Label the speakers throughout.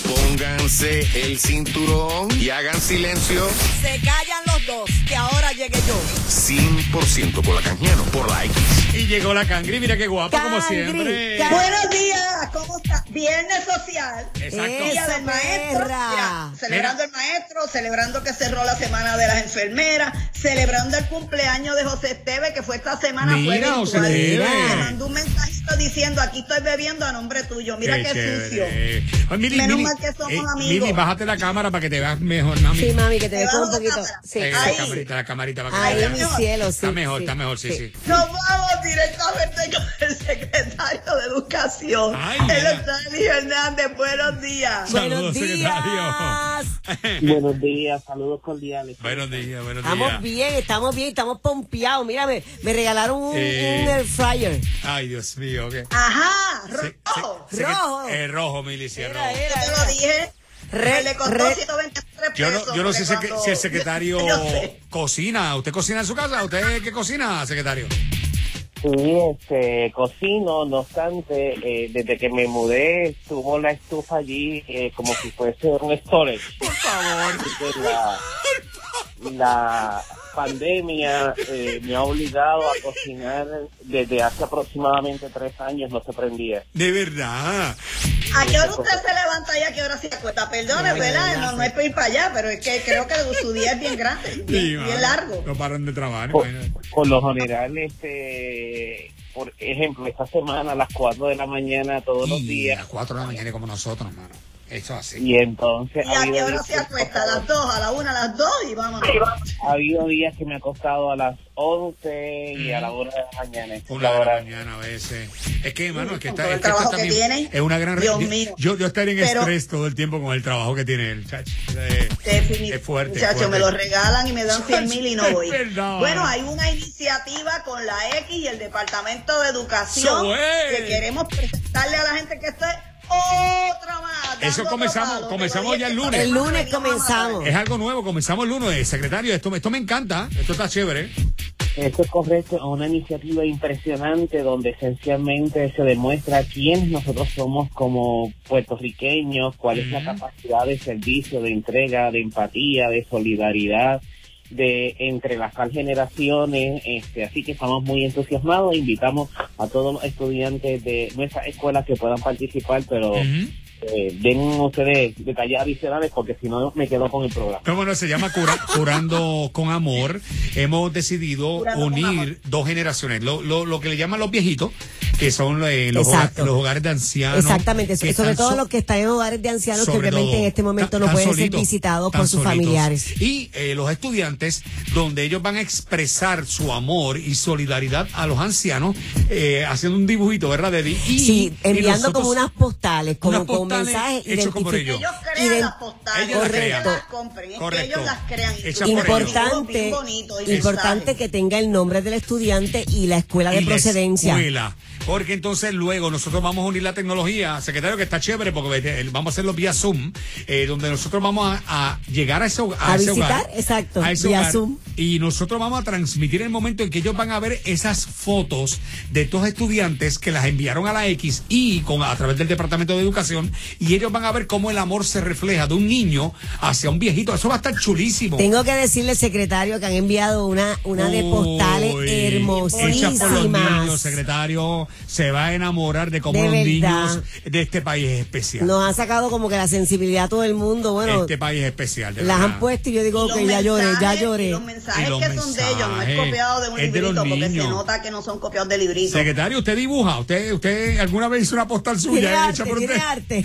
Speaker 1: pónganse el cinturón y hagan silencio
Speaker 2: Se callan los dos, que ahora llegue yo.
Speaker 1: 100% por la canjiano, por la X.
Speaker 3: Y llegó la cangri, mira qué guapa, como
Speaker 2: Cangri,
Speaker 3: siempre.
Speaker 2: cangri.
Speaker 4: Buenos días, ¿cómo está? Viernes social.
Speaker 3: Exacto.
Speaker 4: Día
Speaker 2: Eso,
Speaker 4: del maestro.
Speaker 2: perra.
Speaker 4: Mira, celebrando el maestro, celebrando que cerró la semana de las enfermeras, celebrando el cumpleaños de José Esteve, que fue esta semana. fue
Speaker 3: Mira,
Speaker 4: virtual.
Speaker 3: José Esteve.
Speaker 4: Me mandó un mensajito diciendo, aquí estoy bebiendo a nombre tuyo. Mira qué, sucio.
Speaker 3: chévere. Ay, Mili,
Speaker 4: Menos
Speaker 3: Mili,
Speaker 4: mal que somos
Speaker 3: eh,
Speaker 4: amigos.
Speaker 3: Mili, bájate la cámara para que te veas mejor, mami.
Speaker 2: Sí, mami, que te ves
Speaker 4: Debajo
Speaker 2: con un
Speaker 4: de
Speaker 2: poquito.
Speaker 4: cámara.
Speaker 2: Sí,
Speaker 3: Eh,
Speaker 4: Ahí.
Speaker 3: La camarita, la camarita para que
Speaker 2: Ahí
Speaker 3: te
Speaker 2: en mi
Speaker 3: veas.
Speaker 2: cielo, sí.
Speaker 3: Está mejor,
Speaker 2: sí.
Speaker 3: está mejor, sí, sí.
Speaker 4: Nos vamos directamente con el secretario de Educación.
Speaker 3: Ay,
Speaker 4: el
Speaker 3: mira.
Speaker 4: doctor Eli Hernández, buenos días.
Speaker 2: Buenos
Speaker 3: Saludos,
Speaker 2: días.
Speaker 5: Buenos días, saludos cordiales.
Speaker 3: Buenos días, buenos
Speaker 2: Estamos
Speaker 3: días.
Speaker 2: bien, estamos bien, estamos pompeados. Mira, me, me regalaron un,
Speaker 3: Eh.
Speaker 2: un air fryer.
Speaker 3: Ay, Dios mío, qué.
Speaker 4: Ajá,
Speaker 3: Se-
Speaker 4: rojo.
Speaker 3: se- se- que-
Speaker 2: Rojo.
Speaker 3: eh, rojo, Mili, sí, es rojo.
Speaker 2: Era, era,
Speaker 4: Yo te
Speaker 2: era.
Speaker 4: lo dije.
Speaker 2: Re-
Speaker 4: le costó
Speaker 2: re-
Speaker 4: 123
Speaker 3: Yo no,
Speaker 4: pesos,
Speaker 3: yo no sé
Speaker 4: porque
Speaker 3: si, el que- si el secretario
Speaker 4: Yo sé.
Speaker 3: cocina. ¿Usted cocina en su casa? ¿Usted qué cocina, secretario?
Speaker 5: Sí, este, cocino, no obstante, eh, desde que me mudé, estuvo la estufa allí eh, como si fuese un storage.
Speaker 3: Por favor.
Speaker 5: Entonces, La, la pandemia eh, me ha obligado a cocinar desde hace aproximadamente tres años, no se prendía.
Speaker 3: De verdad.
Speaker 4: ¿A qué hora usted se levanta y a qué hora se acuesta? Perdone, ¿verdad? No, no es para ir para allá, pero es que creo que su día es bien grande,
Speaker 3: Sí,
Speaker 4: bien,
Speaker 3: mano,
Speaker 4: bien largo.
Speaker 3: No paran de trabajar,
Speaker 5: Por,
Speaker 3: imagínate.
Speaker 5: por lo general, este, por ejemplo, esta semana a las 4 de la mañana todos los
Speaker 3: Y A
Speaker 5: días.
Speaker 3: las 4 de la mañana como nosotros, mano. Eso así.
Speaker 5: Y entonces
Speaker 4: ¿Y a qué
Speaker 5: habido
Speaker 4: hora
Speaker 5: días
Speaker 4: se
Speaker 5: que-
Speaker 4: acuesta? ¿A las 2, a la 1, a las 2 y vamos.
Speaker 5: Ha habido días que me ha costado a las 11 y a la 1 de la mañana. Esta es
Speaker 3: Una
Speaker 5: la
Speaker 3: de la
Speaker 5: hora.
Speaker 3: mañana a veces. Es que, mano, es que
Speaker 4: Con
Speaker 3: está,
Speaker 4: todo el
Speaker 3: es que esto
Speaker 4: trabajo
Speaker 3: está
Speaker 4: que
Speaker 3: bien-
Speaker 4: tiene.
Speaker 3: Es una gran re-
Speaker 4: Dios
Speaker 3: yo-
Speaker 4: mío.
Speaker 3: Yo, yo estaré en
Speaker 4: Pero-
Speaker 3: estrés todo el tiempo con el trabajo que tiene el chacho. Eh,
Speaker 4: Definit-
Speaker 3: Es fuerte.
Speaker 4: Muchachos,
Speaker 3: fuerte.
Speaker 4: me lo regalan y me dan 100 mil y no voy.
Speaker 3: Es verdad.
Speaker 4: Bueno, hay una iniciativa con la X y el Departamento de Educación
Speaker 3: So, eh.
Speaker 4: que queremos presentarle a la gente que esta es otra más.
Speaker 3: Eso
Speaker 4: dando
Speaker 3: comenzamos-
Speaker 4: otro palo.
Speaker 3: comenzamos
Speaker 4: Te lo dije
Speaker 3: ya el
Speaker 4: que
Speaker 3: lunes.
Speaker 4: esta
Speaker 2: El lunes
Speaker 4: semana la íbamos a
Speaker 2: comenzamos.
Speaker 3: Es algo nuevo, comenzamos el lunes, secretario. Esto, me- esto me encanta, esto está chévere.
Speaker 5: Esto es correcto, es una iniciativa impresionante donde esencialmente se demuestra quiénes nosotros somos como puertorriqueños, cuál es la capacidad de servicio, de entrega, de empatía, de solidaridad de entre las tal generaciones, este, así que estamos muy entusiasmados, invitamos a todos los estudiantes de nuestras escuelas que puedan participar, pero
Speaker 3: Ujú.
Speaker 5: eh, den ustedes detalles adicionales porque si no me quedo con el programa.
Speaker 3: No, bueno, se llama Cura- Curando con Amor. Hemos decidido
Speaker 4: Curando con
Speaker 3: unir
Speaker 4: Amor.
Speaker 3: dos generaciones. Lo, lo, lo que le llaman los viejitos, que son eh, los, hogares,
Speaker 2: Exacto.
Speaker 3: los hogares de ancianos.
Speaker 2: Exactamente,
Speaker 3: que
Speaker 2: so- sobre
Speaker 3: están
Speaker 2: todo
Speaker 3: so-
Speaker 2: los Ah, que están en hogares de ancianos que
Speaker 3: sobre
Speaker 2: obviamente
Speaker 3: todo,
Speaker 2: en este momento
Speaker 3: tan-
Speaker 2: no
Speaker 3: tan
Speaker 2: pueden ser
Speaker 3: solitos,
Speaker 2: visitados
Speaker 3: tan
Speaker 2: por sus
Speaker 3: solitos.
Speaker 2: familiares.
Speaker 3: Y eh, los estudiantes, donde ellos van a expresar su amor y solidaridad a los ancianos, eh, haciendo un dibujito, ¿verdad, Dedi? Y,
Speaker 2: Sí,
Speaker 3: y
Speaker 2: enviando
Speaker 3: nosotros-
Speaker 2: como unas postales, como
Speaker 3: unas
Speaker 2: con
Speaker 3: postales
Speaker 2: mensajes
Speaker 3: hechos con
Speaker 2: identifi-
Speaker 4: Que
Speaker 3: ellos.
Speaker 4: ellos crean
Speaker 2: Ident-
Speaker 4: las postales,
Speaker 3: Ellos las
Speaker 4: que
Speaker 3: crean.
Speaker 4: ellas las compren, que
Speaker 3: Correcto.
Speaker 4: ellos las crean. y
Speaker 3: Hechas
Speaker 4: tú-
Speaker 3: por ellos.
Speaker 2: importante,
Speaker 4: Bien bonito, y
Speaker 2: importante
Speaker 4: mensaje.
Speaker 2: que tenga el nombre del estudiante y la escuela de
Speaker 3: y la
Speaker 2: procedencia.
Speaker 3: escuela. Porque entonces luego nosotros vamos a unir la tecnología, secretario, que está chévere, porque eh, vamos a hacerlo vía Zoom, eh, donde nosotros vamos a, a llegar a ese, hog- a
Speaker 2: A
Speaker 3: ese
Speaker 2: visitar,
Speaker 3: hogar.
Speaker 2: exacto,
Speaker 3: a ese
Speaker 2: vía
Speaker 3: hogar,
Speaker 2: Zoom.
Speaker 3: Y nosotros vamos a transmitir el momento en que ellos van a ver esas fotos de estos estudiantes que las enviaron a la X y con, a través del Departamento de Educación, y ellos van a ver cómo el amor se refleja de un niño hacia un viejito. Eso va a estar chulísimo.
Speaker 2: Tengo que decirle, secretario, que han enviado una, una de postales
Speaker 3: Uy, Hecha por los niños,
Speaker 2: hermosísimas.
Speaker 3: secretario. Se va a enamorar de cómo
Speaker 2: De
Speaker 3: los
Speaker 2: verdad.
Speaker 3: niños de este país es especial.
Speaker 2: Nos ha sacado como que la sensibilidad a todo el mundo. Bueno,
Speaker 3: este país es especial. de
Speaker 2: las
Speaker 3: verdad.
Speaker 2: han puesto y yo digo,
Speaker 4: Y
Speaker 2: ok,
Speaker 4: los
Speaker 2: ya lloré, ya
Speaker 4: mensajes- y
Speaker 2: lloré.
Speaker 4: Los mensajes
Speaker 3: Y los
Speaker 4: que son de ellos, no es
Speaker 3: mensajes.
Speaker 4: copiado de un
Speaker 3: Es de los
Speaker 4: librito, porque se
Speaker 3: niños.
Speaker 4: nota que no son copiados de librito.
Speaker 3: Secretario, usted dibuja. ¿Usted, usted alguna vez hizo una postal
Speaker 2: Tiene
Speaker 3: suya
Speaker 2: arte,
Speaker 3: hecha por
Speaker 2: tiene
Speaker 3: usted?
Speaker 2: arte.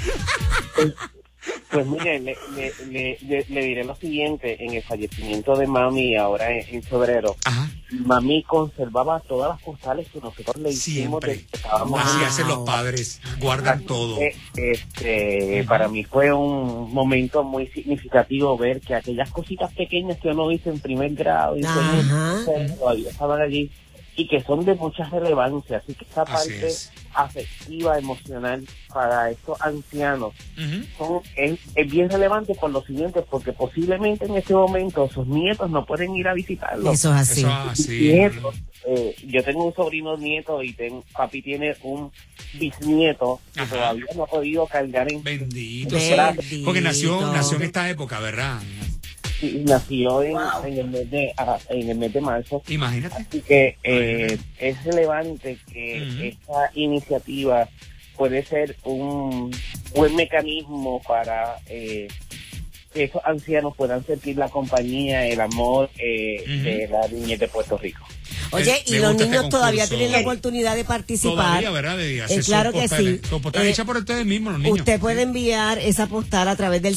Speaker 5: Pues mire, le, le- le- le- le diré lo siguiente, en el fallecimiento de mami ahora en, en febrero,
Speaker 3: Ajá.
Speaker 5: mami conservaba todas las postales que nosotros le hicimos
Speaker 3: Siempre.
Speaker 5: desde que estábamos
Speaker 3: Así
Speaker 2: Wow.
Speaker 3: hacen los padres. Guardan todo.
Speaker 5: Eh, este, para mí fue un momento muy significativo ver que aquellas cositas pequeñas que uno hizo en primer grado y en
Speaker 2: Ajá.
Speaker 5: segundo, todavía estaban allí y que son de mucha relevancia. Así que esa
Speaker 3: Así
Speaker 5: parte
Speaker 3: es.
Speaker 5: afectiva, emocional para estos ancianos
Speaker 3: Ujú.
Speaker 5: son- es, es bien relevante por lo siguiente, porque posiblemente en este momento sus nietos no pueden ir a visitarlos.
Speaker 2: Eso es así.
Speaker 3: Eso es así.
Speaker 5: Nietos, eh, yo tengo un sobrino nieto y ten- papi tiene un bisnieto que
Speaker 3: Ajá.
Speaker 5: todavía no ha podido cargar en
Speaker 3: Bendito sea.
Speaker 2: Bendito.
Speaker 3: Porque nació, nació en esta época, ¿verdad?
Speaker 5: y nació en,
Speaker 4: Wow.
Speaker 5: en el mes de ah, en el mes de marzo
Speaker 3: Imagínate.
Speaker 5: así que eh, es relevante que
Speaker 3: Ujú.
Speaker 5: esta iniciativa puede ser un buen mecanismo para eh, que esos ancianos puedan sentir la compañía el amor eh,
Speaker 3: Ujú.
Speaker 5: de la niñez de Puerto Rico
Speaker 2: Oye,
Speaker 3: Me
Speaker 2: y los
Speaker 3: gusta este
Speaker 2: niños todavía
Speaker 3: concurso.
Speaker 2: tienen la oportunidad de participar.
Speaker 3: Todavía, ¿verdad? De
Speaker 2: Eh, claro
Speaker 3: sus
Speaker 2: que
Speaker 3: postales.
Speaker 2: sí.
Speaker 3: Sus postales
Speaker 2: Eh,
Speaker 3: hechas por ustedes mismos, los niños.
Speaker 2: Usted puede enviar esa postal a través del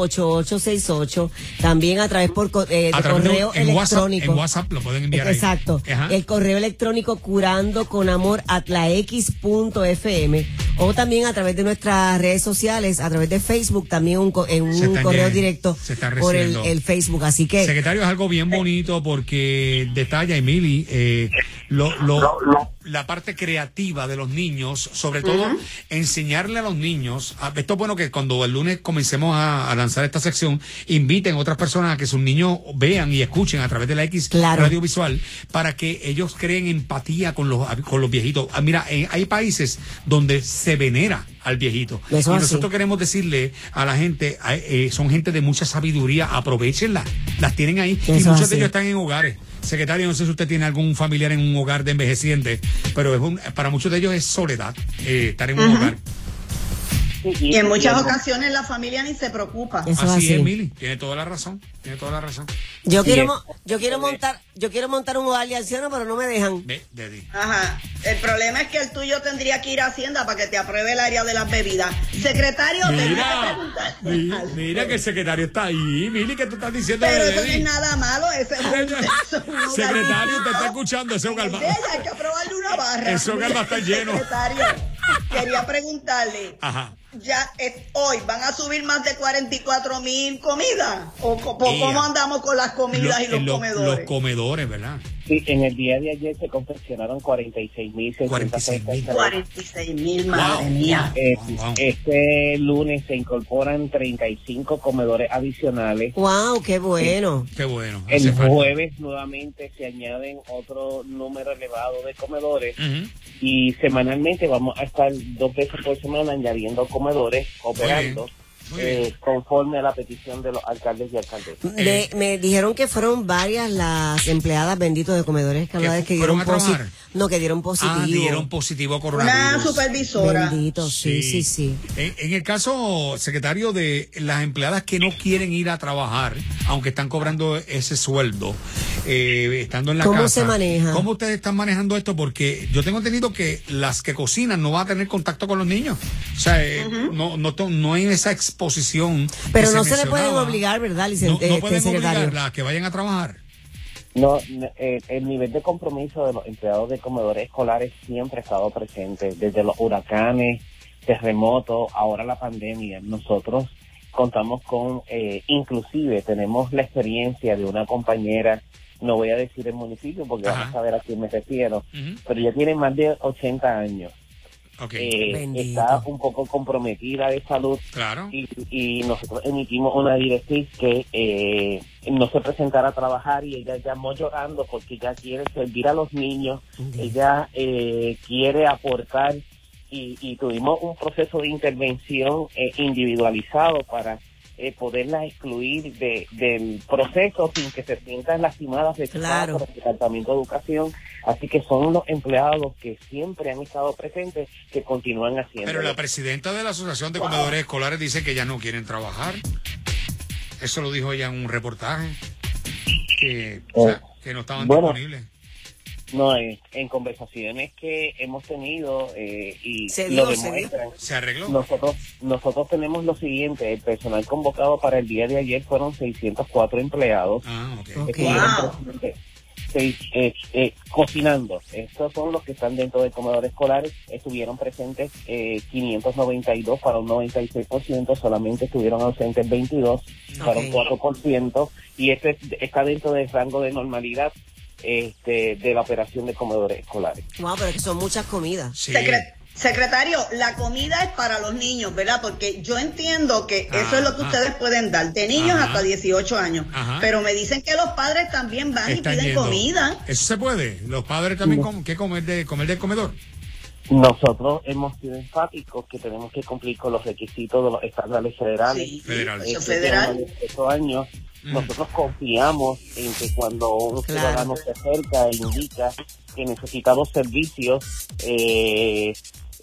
Speaker 2: 638-8868, también a través por co- eh, de
Speaker 3: A través de-
Speaker 2: correo
Speaker 3: en WhatsApp,
Speaker 2: electrónico.
Speaker 3: en WhatsApp lo pueden enviar ahí.
Speaker 2: Exacto.
Speaker 3: Ajá.
Speaker 2: El correo electrónico curando con amor atlax.fm o también a través de nuestras redes sociales, a través de Facebook, también un, co- en
Speaker 3: Se
Speaker 2: un
Speaker 3: están
Speaker 2: correo
Speaker 3: llen-
Speaker 2: directo
Speaker 3: se están
Speaker 2: por el,
Speaker 3: recibiendo.
Speaker 2: el Facebook. Así que
Speaker 3: Secretario, es algo bien bonito porque detalla, Emily, eh, lo, lo- la parte creativa de los niños, sobre todo enseñarle a los niños. a- esto es bueno que cuando el lunes comencemos a, a lanzar esta sección, inviten otras personas a que sus niños vean y escuchen a través de la X
Speaker 2: Claro.
Speaker 3: radiovisual para que ellos creen empatía con los, con los viejitos. Ah, Mira, eh, hay países donde se venera al viejito.
Speaker 2: Eso es
Speaker 3: y
Speaker 2: así.
Speaker 3: nosotros queremos decirle a la gente, a- eh, son gente de mucha sabiduría, aprovechenla, las tienen ahí.
Speaker 2: Eso
Speaker 3: y
Speaker 2: es
Speaker 3: muchos
Speaker 2: así.
Speaker 3: de ellos están en hogares. Secretario, no sé si usted tiene algún familiar en un hogar de envejecientes, pero es un- para muchos de ellos es soledad eh, estar en un hogar.
Speaker 4: Y en muchas ocasiones la familia ni se preocupa.
Speaker 2: Eso es
Speaker 3: así
Speaker 2: así.
Speaker 3: es, Mili, tiene toda la razón, tiene toda la razón.
Speaker 2: yo quiero
Speaker 5: Bien.
Speaker 2: mo- yo quiero montar yo quiero montar un hogar de ancianos, pero no me dejan.
Speaker 3: Ve, Dedi.
Speaker 4: Ajá. El problema es que el tuyo tendría que ir a Hacienda para que te apruebe el área de las bebidas. Secretario, tengo que
Speaker 3: Mira,
Speaker 4: preguntar-
Speaker 3: mira, mira que el secretario está ahí, Mili, que tú estás diciendo
Speaker 4: Pero
Speaker 3: de
Speaker 4: eso no es
Speaker 3: Dedi?
Speaker 4: nada malo, ese es un, eso es un hogar
Speaker 3: Secretario, te está
Speaker 4: bonito.
Speaker 3: escuchando, ese hogar va-
Speaker 4: Bella, hay que aprobarle una barra.
Speaker 3: Ese hogar va a estar lleno.
Speaker 4: Secretario, quería preguntarle.
Speaker 3: Ajá.
Speaker 4: Ya eh, hoy van a subir más de 44 mil comidas. ¿O co- po-
Speaker 3: Ea.
Speaker 4: cómo andamos con las comidas y
Speaker 3: Eh, Lo-
Speaker 4: los
Speaker 3: lo-
Speaker 4: comedores?
Speaker 3: Los comedores, ¿verdad?
Speaker 5: Sí, en el día de ayer se confeccionaron 46.636
Speaker 4: 46 mil, madre
Speaker 3: Wow.
Speaker 4: mía.
Speaker 5: Eh,
Speaker 3: Wow, wow.
Speaker 5: Este lunes se incorporan 35 comedores adicionales.
Speaker 2: Wow, qué bueno.
Speaker 3: Qué bueno. hace
Speaker 5: El
Speaker 3: falta.
Speaker 5: jueves nuevamente se añaden otro número elevado de comedores
Speaker 3: Ujú.
Speaker 5: y semanalmente vamos a estar dos veces por semana añadiendo comedores operando
Speaker 3: Muy bien.
Speaker 5: eh, conforme a la petición de los alcaldes y alcaldesas.
Speaker 2: Me,
Speaker 3: Eh.
Speaker 2: me dijeron que fueron varias las empleadas benditos de comedores que,
Speaker 3: ¿Que
Speaker 2: que
Speaker 3: fueron
Speaker 2: dieron
Speaker 3: a
Speaker 2: posi-
Speaker 3: trabajar?
Speaker 2: no que dieron positivo.
Speaker 3: Ah, dieron positivo a
Speaker 4: Una
Speaker 3: coronavirus.
Speaker 4: supervisora.
Speaker 2: Bendito, sí, sí, sí.
Speaker 3: En, en el caso, secretario, de las empleadas que no quieren ir a trabajar, aunque están cobrando ese sueldo, eh, estando en la
Speaker 2: ¿Cómo
Speaker 3: casa.
Speaker 2: se maneja?
Speaker 3: ¿Cómo ustedes están manejando esto? Porque yo tengo entendido que las que cocinan no van a tener contacto con los niños. O sea, eh, no, no, to- no hay esa exposición. que
Speaker 2: Pero no se le
Speaker 3: mencionaba.
Speaker 2: pueden obligar, ¿verdad, licen-
Speaker 3: No, no
Speaker 2: este,
Speaker 3: pueden
Speaker 2: secretario?
Speaker 3: obligarlas a que vayan a trabajar.
Speaker 5: No, no, eh, el nivel de compromiso de los empleados de comedores escolares siempre ha estado presente, desde los huracanes, terremotos, ahora la pandemia. Nosotros contamos con, eh, inclusive tenemos la experiencia de una compañera, no voy a decir el municipio porque
Speaker 3: Ajá.
Speaker 5: van a saber a quién me refiero,
Speaker 3: Ujú.
Speaker 5: pero ya tiene más de 80 años.
Speaker 3: Ok,
Speaker 5: Eh,
Speaker 2: Bendito.
Speaker 5: está un poco comprometida de salud
Speaker 3: claro.
Speaker 5: y, y nosotros emitimos una directriz que eh, no se presentara a trabajar y ella llamó llorando porque ella quiere servir a los niños, ella eh, quiere aportar y, y tuvimos un proceso de intervención eh, individualizado para eh, poderlas excluir de, del proceso sin que se sientan lastimadas de
Speaker 2: Claro.
Speaker 5: por el Departamento de Educación. Así que son los empleados que siempre han estado presentes que continúan haciendo.
Speaker 3: Pero la presidenta de la Asociación de Comedores Escolares dice que ya no quieren trabajar. Eso lo dijo ella en un reportaje. Que, o sea, que no estaban
Speaker 5: Bueno.
Speaker 3: disponibles.
Speaker 5: No, en, en conversaciones que hemos tenido eh, y
Speaker 2: Se
Speaker 5: lo
Speaker 2: dio, se
Speaker 5: demuestran.
Speaker 3: ¿Se arregló?
Speaker 5: Nosotros, nosotros tenemos lo siguiente, el personal convocado para el día de ayer fueron 604 empleados
Speaker 3: Ah, ok.
Speaker 2: Ok.
Speaker 5: estuvieron presentes, seis, eh, eh, cocinando. Estos son los que están dentro del comedor escolar. Estuvieron presentes eh, 592 para un 96%, solamente estuvieron ausentes 22 para un
Speaker 2: Ok.
Speaker 5: 4%, y este está dentro del rango de normalidad este, de la operación de comedores escolares.
Speaker 2: Wow, pero que son muchas comidas.
Speaker 3: Sí.
Speaker 4: Secre- Secretario, la comida es para los niños, ¿verdad? Porque yo entiendo que eso es lo que
Speaker 3: Ajá.
Speaker 4: ustedes pueden dar, de niños
Speaker 3: Ah, Ajá.
Speaker 4: hasta 18 años.
Speaker 3: Ajá.
Speaker 4: Pero me dicen que los padres también van y
Speaker 3: Están
Speaker 4: piden
Speaker 3: yendo.
Speaker 4: comida.
Speaker 3: Eso se puede. Los padres también com- que comer de comer del comedor.
Speaker 5: Nosotros hemos sido enfáticos que tenemos que cumplir con los requisitos de los estándares federales.
Speaker 4: Sí,
Speaker 3: Federal.
Speaker 5: Este,
Speaker 4: eso federal.
Speaker 5: de 18 años. Nosotros confiamos en que cuando un
Speaker 2: Mm. Claro.
Speaker 5: ciudadano se acerca e indica que necesita los servicios, eh,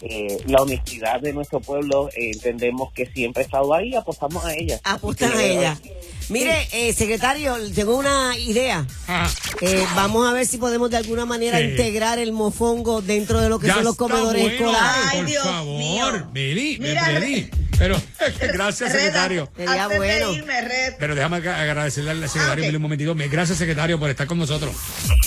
Speaker 5: eh, la honestidad de nuestro pueblo eh, entendemos que siempre ha estado ahí y apostamos a ella.
Speaker 2: Apuestan
Speaker 5: Así
Speaker 2: a
Speaker 5: que,
Speaker 2: ella. Mire, eh, secretario, tengo una idea.
Speaker 3: Ajá.
Speaker 2: Eh, vamos a ver si podemos de alguna manera
Speaker 3: Sí.
Speaker 2: integrar el mofongo dentro de lo que
Speaker 3: Ya
Speaker 2: son los
Speaker 3: está
Speaker 2: comedores
Speaker 3: bueno,
Speaker 2: escolares.
Speaker 4: Ay,
Speaker 3: por
Speaker 4: Dios
Speaker 3: favor,
Speaker 4: mío.
Speaker 3: Mili,
Speaker 4: Mira,
Speaker 3: Mili. Pero gracias,
Speaker 4: Reda,
Speaker 3: secretario.
Speaker 2: Sería
Speaker 4: antes
Speaker 2: bueno.
Speaker 4: de irme, Reda,
Speaker 3: Pero déjame aga- agradecerle al
Speaker 4: Ah, ok.
Speaker 3: secretario Mili, un momentito. Me- Gracias, secretario, por estar con nosotros.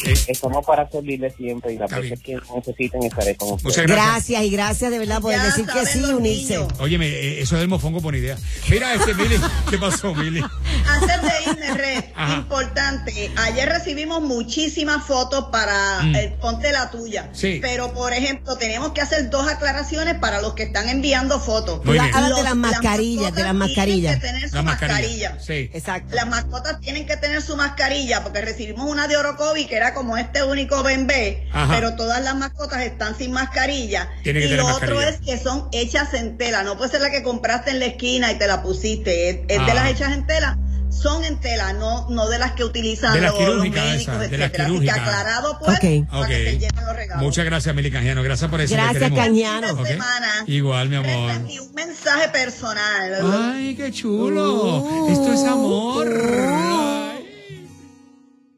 Speaker 3: Eh,
Speaker 5: Estamos para servirle siempre y las
Speaker 3: Está
Speaker 5: veces que necesiten estaré con ustedes.
Speaker 3: muchas gracias.
Speaker 2: Gracias y gracias de verdad por
Speaker 4: Ya
Speaker 2: decir que
Speaker 4: saben
Speaker 2: sí,
Speaker 4: los
Speaker 2: unirse.
Speaker 4: niños.
Speaker 3: Óyeme, eh, eso del mofongo, buena idea. Mira, este Mili, ¿qué pasó, Mili?
Speaker 4: Antes de irme, Red,
Speaker 3: Ajá.
Speaker 4: importante, ayer recibimos muchísimas fotos para
Speaker 3: Mm.
Speaker 4: el ponte la tuya.
Speaker 3: Sí.
Speaker 4: Pero, por ejemplo, tenemos que hacer dos aclaraciones para los que están enviando fotos.
Speaker 3: Muy bien.
Speaker 2: Hablan de las mascarillas, de las mascarillas.
Speaker 4: Tienen que tener su
Speaker 3: La
Speaker 4: mascarilla.
Speaker 3: mascarilla. Sí.
Speaker 2: Exacto.
Speaker 4: Las mascotas tienen que tener su mascarilla porque recibimos una de Orocovi que era como este único bembé,
Speaker 3: Ajá.
Speaker 4: pero todas las mascotas están sin mascarilla.
Speaker 3: Tiene que
Speaker 4: y
Speaker 3: tener
Speaker 4: lo otro
Speaker 3: mascarilla.
Speaker 4: es que son hechas en tela, no puede ser la que compraste en la esquina y te la pusiste, es, es
Speaker 3: Ah.
Speaker 4: de las hechas en tela. Son en tela, no, no de las que utilizan
Speaker 3: De las
Speaker 4: los, los
Speaker 3: quirúrgicas
Speaker 4: médicos,
Speaker 3: esas, de las
Speaker 4: etcétera. Así que
Speaker 3: quirúrgicas.
Speaker 4: aclarado pues,
Speaker 2: Ok.
Speaker 4: para que se
Speaker 3: Ok.
Speaker 4: lleven los regalos.
Speaker 3: Muchas gracias, Mili Canjiano. Gracias por eso.
Speaker 2: Gracias, Canjiano.
Speaker 4: Fin de semana.
Speaker 3: Igual, mi amor.
Speaker 4: Recibí un mensaje personal.
Speaker 3: Ay, qué chulo. Esto es amor.
Speaker 2: Oh.